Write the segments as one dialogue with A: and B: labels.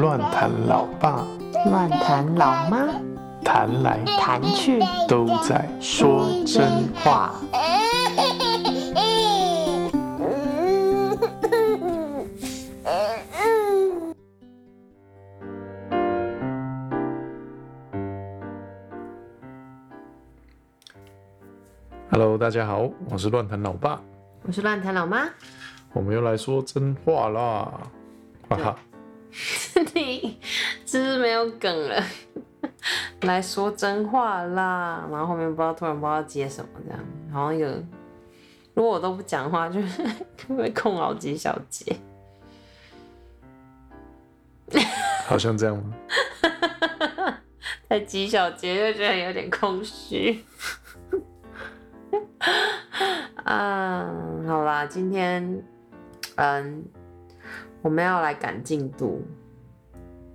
A: 乱弹老爸
B: 乱弹老妈
A: 弹来
B: 弹去
A: 都在说真 话。Hello，大家好，我是乱弹老爸，
B: 我是乱弹老妈，
A: 我们又来说真话啦，哈哈。
B: 你是不是没有梗了？ 来说真话啦，然后后面不知道突然不知道接什么，这样好像有，如果我都不讲话，就是 会空好几小节。
A: 好像这样吗？
B: 在几小节就觉得有点空虚。啊，好啦，今天，嗯，我们要来赶进度，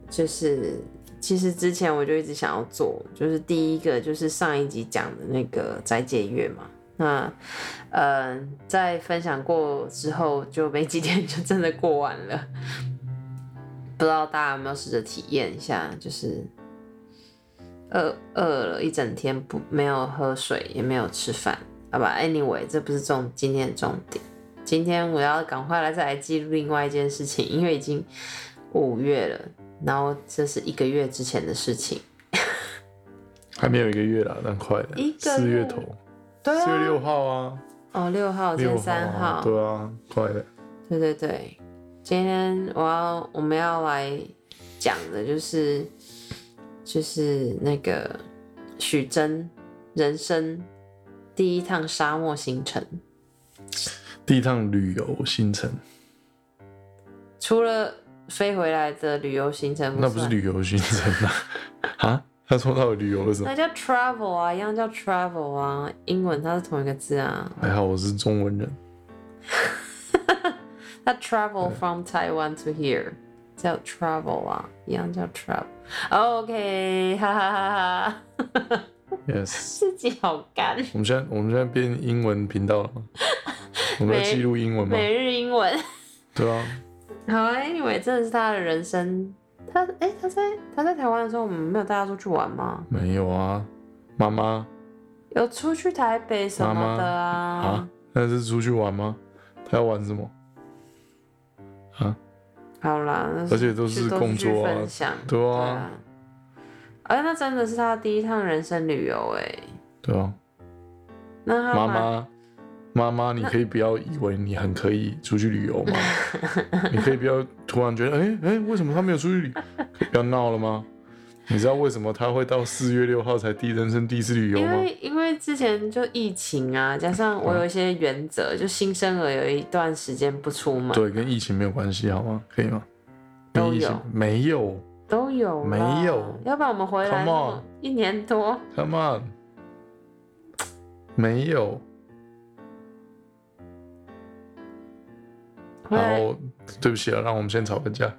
B: 就是其实之前我就一直想要做，就是第一个就是上一集讲的那个斋戒月嘛。那，嗯，在分享过之后，就没几天就真的过完了。不知道大家有没有试着体验一下，就是饿饿了一整天不没有喝水也没有吃饭，好吧？Anyway，这不是重今天的重点。今天我要赶快来再来记录另外一件事情，因为已经五月了，然后这是一个月之前的事情。
A: 还没有一个月啦，但快了
B: 一，个月
A: 四月头，
B: 对
A: 四月
B: 啊，
A: 六号啊，
B: 哦，六号，今
A: 六
B: 天
A: 号
B: 三
A: 啊
B: 号，，
A: 对啊，快了。
B: 对对对，今天我要我们要来讲的就是就是那个许真人生第一趟沙漠行程，
A: 第一趟旅游行程，
B: 除了飞回来的旅游行程
A: 那不是
B: 算
A: 旅游行程 啊，啊，他说到底旅游了什么
B: 那？叫 travel 啊，一样叫 travel 啊，英文它是同一个字啊。
A: 还好我是中文人，
B: 它 travel from Taiwan to here 叫 travel 啊，一样叫 travel。OK，哈哈哈哈，
A: Yes，
B: 自己好干。
A: 我们现在我们现在变英文频道了 吗？我们在
B: 没
A: 记录英文吗？
B: 每日英文。
A: 对啊，
B: 好啊，Anyway，真的是他的人生。他哎、他在他在台湾的时候，我们没有带他出去玩吗？
A: 没有啊，妈妈
B: 有出去台北什么的啊？
A: 啊，那是出去玩吗？他要玩什么？啊，
B: 好啦，那
A: 而且都是
B: 去
A: 工作啊
B: 去分享，
A: 对
B: 对
A: 啊
B: 啊，。哎、那真的是他第一趟人生旅游哎、
A: 对啊，
B: 那他
A: 妈
B: 蛮
A: 妈，妈妈，你可以不要以为你很可以出去旅游 吗？你可以不要突然觉得，哎、哎、为什么他没有出去旅？可以不要闹了吗？你知道为什么他会到四月六号才第人生第一次旅游
B: 因
A: 吗？嗯
B: 为因为之前就疫情啊，加上我有一些原则，就新生儿有一段时间不出门，
A: 对，跟疫情没有关系，好吗？可以吗？
B: 都
A: 跟疫情
B: 有
A: 没有
B: 都有啦
A: 没有
B: 要不然我们回来
A: Come
B: 那么一年多，
A: ，Come on，没有。
B: 回
A: 然
B: 来
A: 后对不起啊，让我们先吵个架。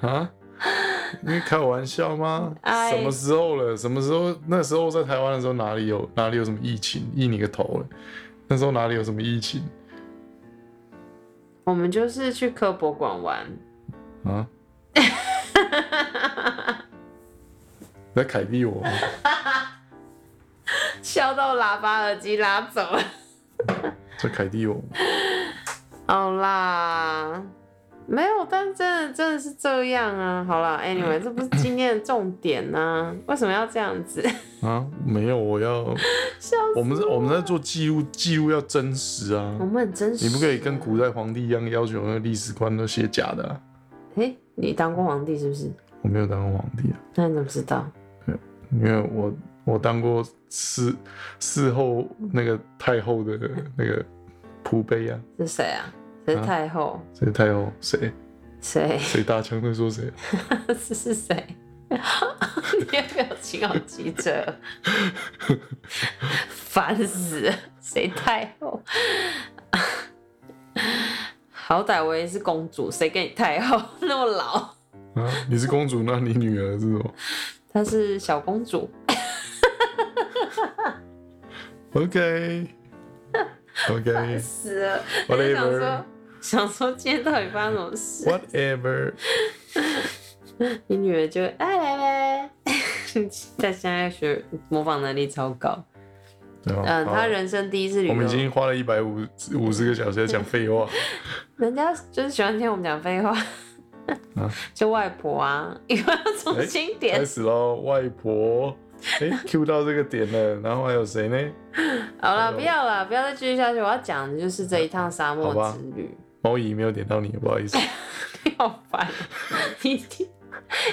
A: 啊？你开我玩笑吗？
B: 哎
A: 什么时候了？什么时候？那时候在台湾的时候哪里有哪里有什么疫情？疫你个头了！那时候哪里有什么疫情
B: 我们就是去科博馆玩，
A: 啊？你在凯蒂我吗？
B: 笑到喇叭耳机拉走了。
A: 在凯蒂我吗？
B: 好啦，没有，但真的真的是这样啊。好啦 a n y w a y 这不是今天的重点啊， 为什么要这样子？
A: 啊，没有，我要
B: 笑死
A: 我们在我们在做记录，记录要真实啊
B: 我！们很真实、
A: 你不可以跟古。代皇帝一样要求那个历史观都写假的、啊。
B: 哎、你当过皇帝是不是？
A: 我没有当过皇帝啊，
B: 那你怎么知道？
A: 因为我我当过事事后那个太后的那个仆妃啊，
B: 是谁啊？谁是
A: 啊
B: 太后？
A: 谁太后谁
B: 谁、
A: 谁搭腔会说谁啊，
B: 是是谁？ 你的表情好急着， 烦死了！谁太后？好歹我也是公主，谁跟你太后 那么老？
A: 啊你是公主，那你女儿是什么？
B: 她是小公主，
A: OK，OK，
B: 死了！我就想
A: Whatever.
B: 说，想说今天到底发生什么事？
A: Whatever，
B: 你女儿就 哎来来，在现在学模仿能力超高。
A: 对吧
B: 嗯，
A: 好
B: 她人生第一次旅
A: 我们已
B: 游，
A: 经花了一百五五十个小时在讲废话，
B: 人家就是喜欢听我们讲废话
A: 啊。
B: 就外婆啊，因为要重新点
A: 哎开始喽，外婆， 哎、q 到这个点了，然后还有谁呢？
B: 好了，
A: 还有
B: 不要了，不要再继续下去。我要讲的就是这一趟沙漠
A: 好吧
B: 之旅，
A: 猫姨没有点到你，不好意思。哦
B: 你好烦，你一定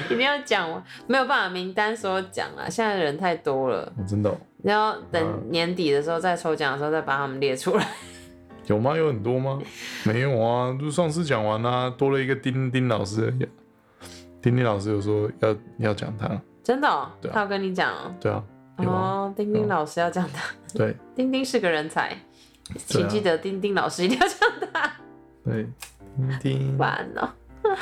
B: 一定要讲完，没有办法名单所有讲了，现在人太多了，
A: 我真的哦、
B: 你要等
A: 嗯
B: 年底的时候再抽奖的时候再把他们列出来。
A: 有吗？有很多吗？没有啊，就上次讲完啦、啊多了一个丁丁老师而已啊。丁丁老师有说要要讲他，
B: 真的、哦
A: 对啊
B: 他有跟你讲哦、
A: 对啊，有啊，
B: 哦，丁丁老师要讲他，
A: 对
B: 丁丁是个人才，
A: 啊
B: 请记得丁丁老师一定要讲他。
A: 对，丁丁，
B: 完了，哦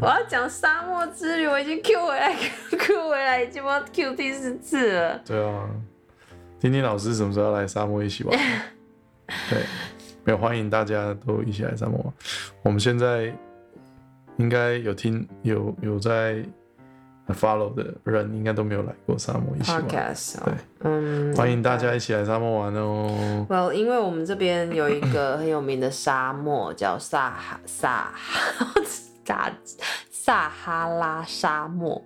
B: 我要讲沙漠之旅，我已经 Q 回来，Q 回来，已经要 Q 第四次了。
A: 对啊，丁丁老师什么时候要来沙漠一起玩？ 对，没有欢迎大家都一起来沙漠玩。我们现在应该有听有有在呃 follow 的人，应该都没有来过沙漠一起玩。
B: Podcast，哦
A: 对
B: 嗯，
A: 欢迎大家一起来沙漠玩哦。
B: Well，因为我们这边有一个很有名的沙漠叫撒哈撒哈 撒撒哈拉沙漠，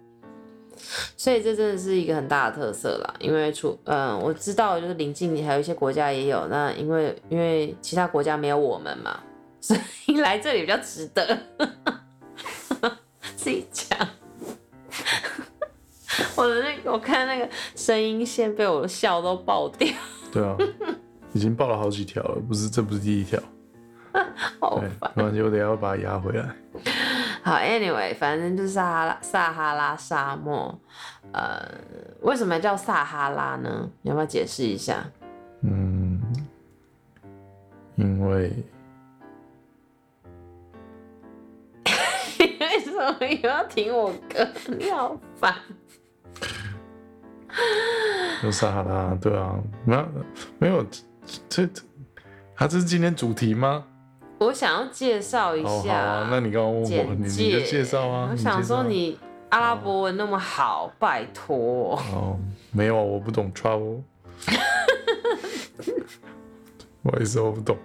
B: 所以这真的是一个很大的特色啦。因为除嗯，我知道就是邻近还有一些国家也有，那因为因为其他国家没有我们嘛，所以来这里比较值得。 自己讲， 我的那个我看那个声音线被我笑都爆掉。
A: 对 啊，已经爆了好几条了，不是这不是第一条。
B: 好
A: 对
B: 烦，。
A: 不然就得要把它压回来。
B: 好，anyway，反正就是撒哈拉撒哈拉沙漠。呃，为什么叫撒哈拉呢？你要不要解释一下？
A: 嗯，因为
B: 你为什么又要听我歌？你好烦。
A: 有撒哈拉，对啊，没有没有，这这，啊，这是今天主题吗？
B: 我想要介绍一
A: 哦，好
B: 下、
A: 啊，那你刚刚问我，
B: 简
A: 你
B: 介
A: 你就介绍啊。
B: 我
A: 介绍啊
B: 想说你阿拉伯文那么好，拜托。
A: 哦，没有啊，我不懂 travel，不好意思，我不懂。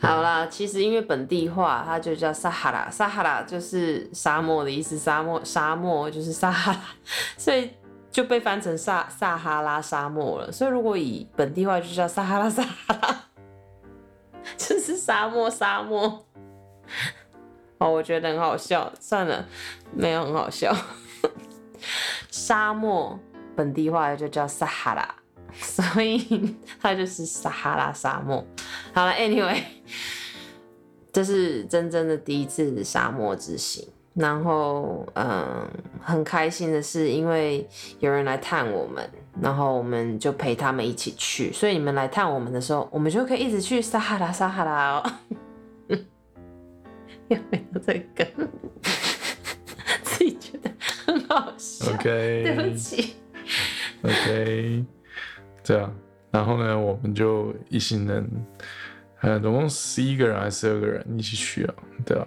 B: 好啦，其实因为本地话，它就叫撒哈拉，撒哈拉就是沙漠的意思，沙漠沙漠就是撒哈拉， 所以就被翻成撒撒哈拉沙漠了。所以如果以本地话就叫撒哈拉撒哈拉， 就是沙漠沙漠。哦，我觉得很好笑，算了，没有很好笑。沙漠本地话就叫撒哈拉， 所以它就是撒哈拉沙漠。好了，Anyway，这是真正的第一次沙漠之行。然后，嗯，很开心的是，因为有人来探我们，然后我们就陪他们一起去。所以你们来探我们的时候，我们就可以一直去撒哈拉撒哈拉哦。 有没有这个？ 自己觉得很好笑。 对不
A: OK，
B: 起。
A: OK，对啊，然后呢，我们就一行人，呃，总共十一个人还是十二个人一起去啊，对啊，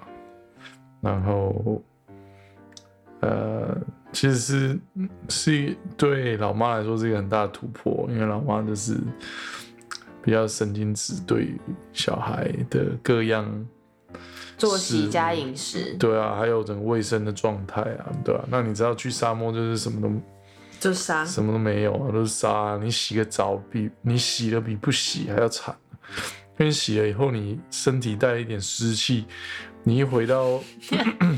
A: 然后，呃，其实是是对老妈来说是一个很大的突破，因为老妈就是比较神经质，对于小孩的各样
B: 作息
A: 是
B: 加饮食，
A: 对啊，还有整个卫生的状态啊，对啊，那你知道去沙漠就是什么都
B: 就沙
A: 什么都没有啊，都是沙、啊。你洗个澡比你洗了比不洗还要惨，因为洗了以后你身体带一点湿气，你一回到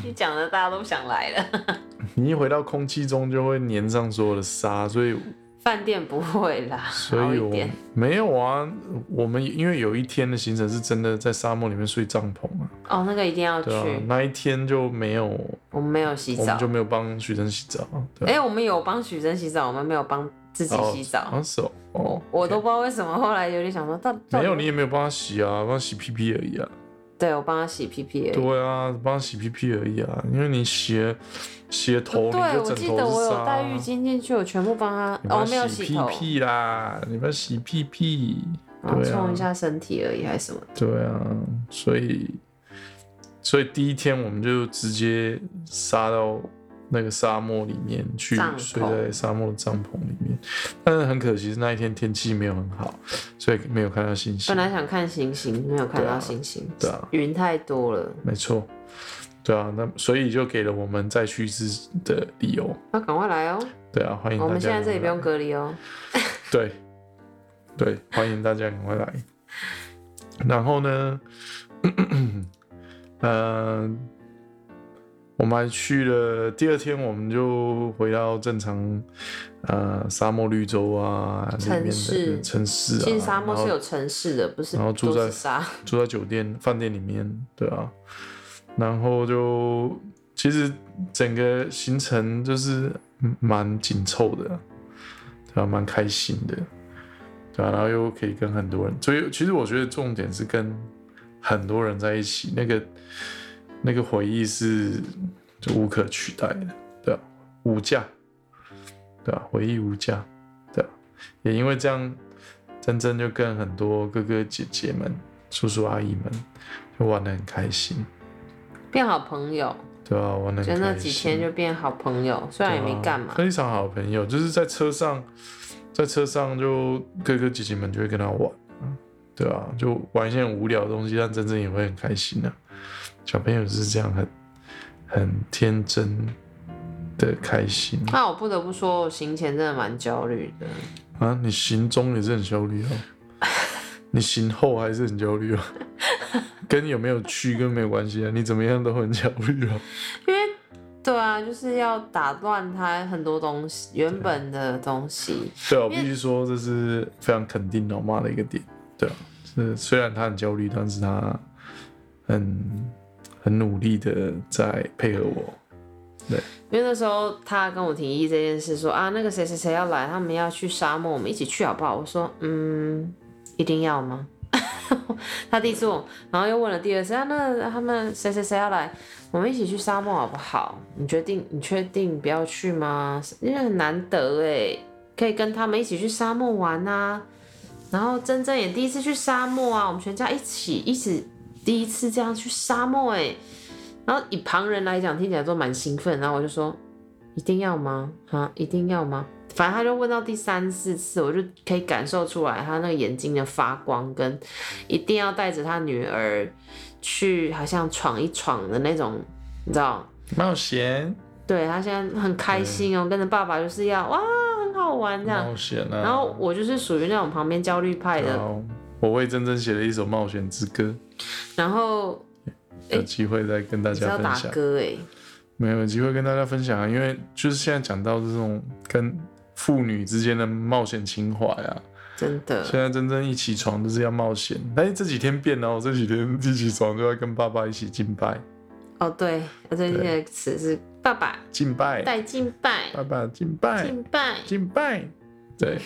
B: 你讲的大家都不想来了。
A: 你一回到空气中就会粘上所有的沙，所以
B: 饭店不会啦，
A: 所
B: 好
A: 以
B: 一
A: 我
B: 点。
A: 没有啊。我们因为有一天的行程是真的在沙漠里面睡帐篷啊，
B: 哦，那个一定要去，
A: 对啊，那一天就没有，
B: 我们没有洗
A: 我
B: 澡
A: 们就。没有帮徐峥洗澡啊，
B: 哎、
A: 对啊，
B: 我们有帮许真洗澡，我们没有帮自己洗澡。
A: 哦，是哦，哦
B: 我都不知道为什么，后来有点想说，到
A: 没
B: 到底
A: 有，你也没有帮他洗啊，帮他洗屁屁而已啊。
B: 对我帮他洗屁屁而已。
A: 对啊，帮他洗屁屁而已啊，因为你洗洗头，
B: 不
A: 你
B: 对，
A: 就
B: 我
A: 枕
B: 记
A: 头
B: 得我
A: 是
B: 有
A: 沙
B: 带
A: 啊。
B: 浴巾进去，我全部帮他，
A: 你
B: 哦，
A: 不
B: 我没有
A: 要
B: 洗
A: 洗
B: 头
A: 屁，屁啦，你不要洗屁屁。
B: 然后
A: 对啊
B: 冲一下身体而已，还是什么的？
A: 对啊，所以所以第一天我们就直接杀到那个沙漠里面去
B: 帐，篷
A: 睡在沙漠的帐篷里面。但是很可惜，是那一天天气没有很好，所以没有看到星星
B: 本。来想看星星，没有看到星星，
A: 对啊
B: 云太多了，
A: 没错，对啊，那所以就给了我们再去一次的理由。
B: 那赶快来哦！
A: 对啊，欢迎大
B: 我
A: 家。
B: 们现在这里不用。隔离哦。
A: 对，对，欢迎大家赶快来。然后呢，呃，我们还去了第二天，我们就回到正常，呃，沙漠绿洲啊，里面的
B: 城市
A: 城市啊，
B: 其实沙漠是
A: 然后
B: 有城市的，不是
A: 然后住
B: 都
A: 在
B: 是沙。
A: 住在酒店饭店里面，对啊，然后就其实整个行程就是嗯蛮紧凑的，对啊，蛮开心的，对啊，然后又可以跟很多人，所以其实我觉得重点是跟很多人在一起，那个那个回忆是就无可取代的，对啊，无价，对啊，回忆无价，对啊，也因为这样，真真就跟很多哥哥姐姐们、叔叔阿姨们就玩的很开心，
B: 变好朋友，
A: 对啊，玩的
B: 就
A: 很
B: 那
A: 开
B: 几
A: 心
B: 天。就变好朋友，虽然也没干嘛
A: 对啊，非常好的朋友，就是在车上，在车上就哥哥姐姐们就会跟他玩，对啊，就玩一些很无聊的东西，但真正也会很开心啊。小朋友就是这样很很天真的开心
B: 那我不得不说，我行前真的蛮焦虑的。
A: 啊。你行中也是很焦 虑哦，你行后还是很焦虑哦，跟有没有去跟没有关系啊，你怎么样都很焦虑哦。
B: 因为对啊，就是要打乱它很多东西原本的东西。
A: 对啊，我
B: 因
A: 必须
B: 为
A: 说这是非常肯定老妈的一个点。对啊，是虽然她很焦虑，但是她很很努力的在配合我。
B: 因为那时候他跟我提议这件事说啊，那个谁谁谁要来，他们要去沙漠，我们一起去好不好？我说嗯，一定要吗？ 他第一次问我，然后又问了第二次啊，那他们谁谁谁要来，我们一起去沙漠好不好？你决定，你确定不要去吗？因为很难得哎，可以跟他们一起去沙漠玩啊。然后珍珍也第一次去沙漠啊，我们全家一起一起第一次这样去沙漠哎。然后以旁人来讲，听起来都蛮兴奋。然后我就说，一定要吗？啊，一定要吗？反正他就问到第三四次，我就可以感受出来他那个眼睛的发光，跟一定要带着他女儿去，好像闯一闯的那种，你知道？
A: 冒险，
B: 对他现在很开心哦，跟着爸爸就是要哇，很好玩这样。
A: 冒险啊！
B: 然后我就是属于那种旁边焦虑派
A: 然
B: 的，
A: 后我为珍珍写了一首冒险之歌，
B: 然后
A: 有机会再跟大
B: 你知
A: 家
B: 道
A: 分
B: 打
A: 享。
B: 歌哎，
A: 没有有机会跟大家分享啊，因为就是现在讲到这种跟父女之间的冒险情怀啊，
B: 真的。
A: 现在真正一起床就是要冒险，但是这几天变了，我哦这几天一起床就要跟爸爸一起敬拜，
B: 哦对，我最近的词是爸爸
A: 敬拜，
B: 带敬拜。
A: 爸爸敬拜，
B: 敬拜，
A: 哎敬拜，对。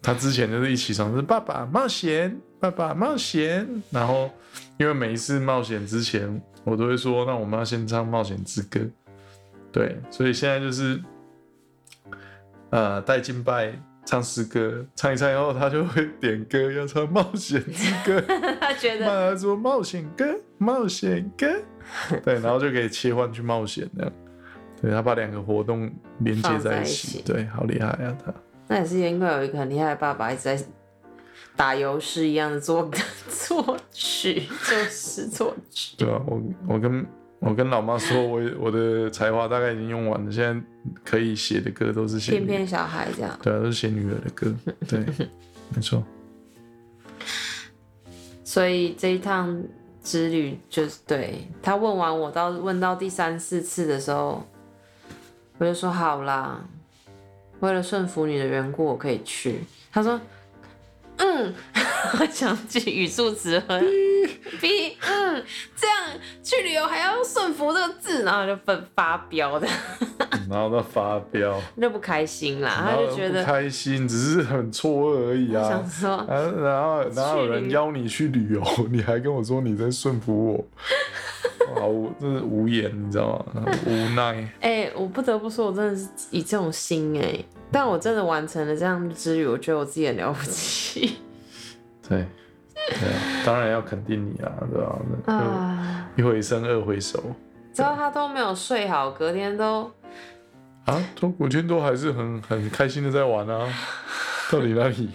A: 他之前就是一起床是爸爸冒险，爸爸冒险，然后因为每一次冒险之前，我都会说，那我们要先唱冒险之歌，对，所以现在就是，呃，带敬拜唱诗歌，唱一唱以后，他就会点歌要唱冒险之歌，
B: 他 觉得
A: 慢来说冒险歌，冒险歌， 对，然后就可以切换去冒险这样。对他把两个活动连接在一起，
B: 放在一起
A: 对，好厉害啊他！
B: 那也是因为有一个很厉害的爸爸一直在打油诗一样的作 作曲，就是作 曲。
A: 对啊，我我跟我跟老妈说，我我的才华大概已经用完了，现在可以写的歌都是写
B: 骗
A: 女
B: 骗小孩这样，
A: 对啊，都是写女儿的 歌，对，没错，
B: 所以这一趟之旅就是对他问完我到问到第三四次的时候，我就说好啦，为了顺服你的缘故，我可 以去。他说，嗯，我想起语助词和 B，嗯，这样去旅游还要顺服这个字，然后就分发飙的，
A: 然后他发飙，
B: 就不开心啦，
A: 然
B: 他
A: 后
B: 就觉
A: 不
B: 得
A: 开心，只是很错愕而已啊
B: 想。说
A: 啊， 然后哪有人
B: 去
A: 邀你去旅游，你还跟我说你在顺服我，好，我真是无言，你知道吗？无奈。
B: 哎、我不得不说，我真的是以这种心哎、但我真的完成了这样的之旅，我觉得我自己很了不 起
A: 对，对啊，当然要肯定你啊，对吧、啊？
B: 啊！
A: 一回生，二回熟
B: 之后他都没有睡好，隔天都
A: 啊，中古天都还是很很开心的在玩啊，到底哪里？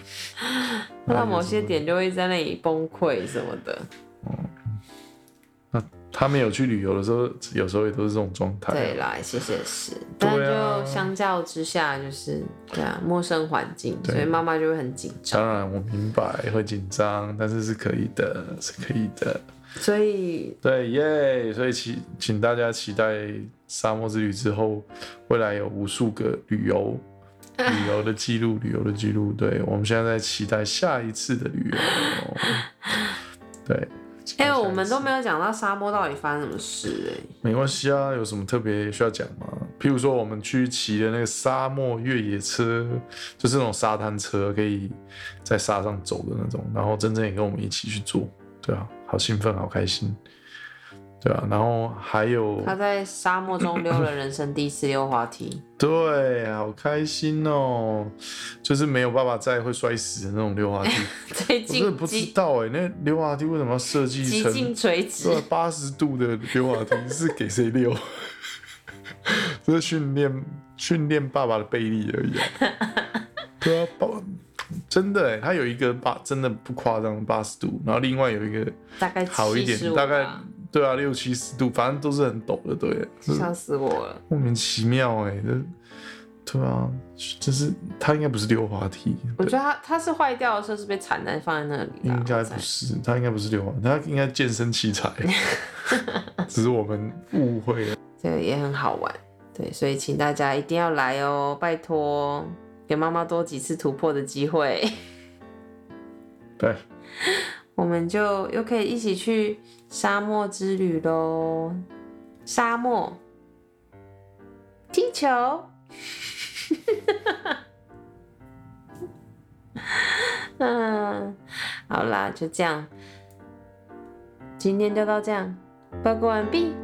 B: 他到某些点就会在那里崩溃什么的。
A: 他没有去旅游的时候，有时候也都是这种状态、啊
B: 对，啦，谢谢是，
A: 哎对
B: 但
A: 啊
B: 就相较之下，就是对啊，陌生环境，
A: 对
B: 所以妈妈就会很紧张。
A: 当然我明白会紧张，但是是可以的，是可以的。
B: 所以
A: 对耶，所以期请大家期待沙漠之旅之后，未来有无数个旅 游、旅游的记录、旅游的记录。对我们现在在期待下一次的旅游。哦 对，
B: 哎、
A: 下一次
B: 我们都没有讲到沙漠到底发生什么事哎、
A: 没关系啊，有什么特别需要讲吗？譬如说我们去骑的那个沙漠越野车，就是那种沙滩车，可以在沙上走的那种。然后真正也跟我们一起去做，对啊，好兴奋，好开心，对啊。然后还有
B: 他在沙漠中溜了人生第一次溜滑梯，
A: 对，好开心哦！就是没有爸爸在会摔死的那种溜滑梯，
B: 最
A: 我真的
B: 近
A: 不知
B: 极
A: 道哎，那溜滑梯为什么要设计
B: 极尽
A: 成
B: 垂直，
A: 对啊八十度的溜滑梯是给谁溜？ 这是训练训练爸爸的背力而已、 啊。对啊，爸真的哎，他有一个八真的不夸张八十度，然后另外有一个
B: 大概
A: 好一点，
B: 75
A: 大概
B: 吧
A: 对啊六七十度，反正都是很陡的，对了。
B: 笑死我了。
A: 莫名其妙哎、欸，这对啊，这是他应该不是溜滑梯，
B: 我觉得他他是坏掉的时候是被惨淡放在那里啦，
A: 应该
B: 我猜
A: 不是，他应该不是溜滑，他应该健身器 材，只是我们误会了。
B: 这个也很好玩，对，所以请大家一定要来哦，拜托，给妈妈多几次突破的机会，
A: 对，
B: 我们就又可以一起去沙漠之旅喽。沙漠，踢球， 嗯，好啦，就这样，今天就到这样，报告完毕。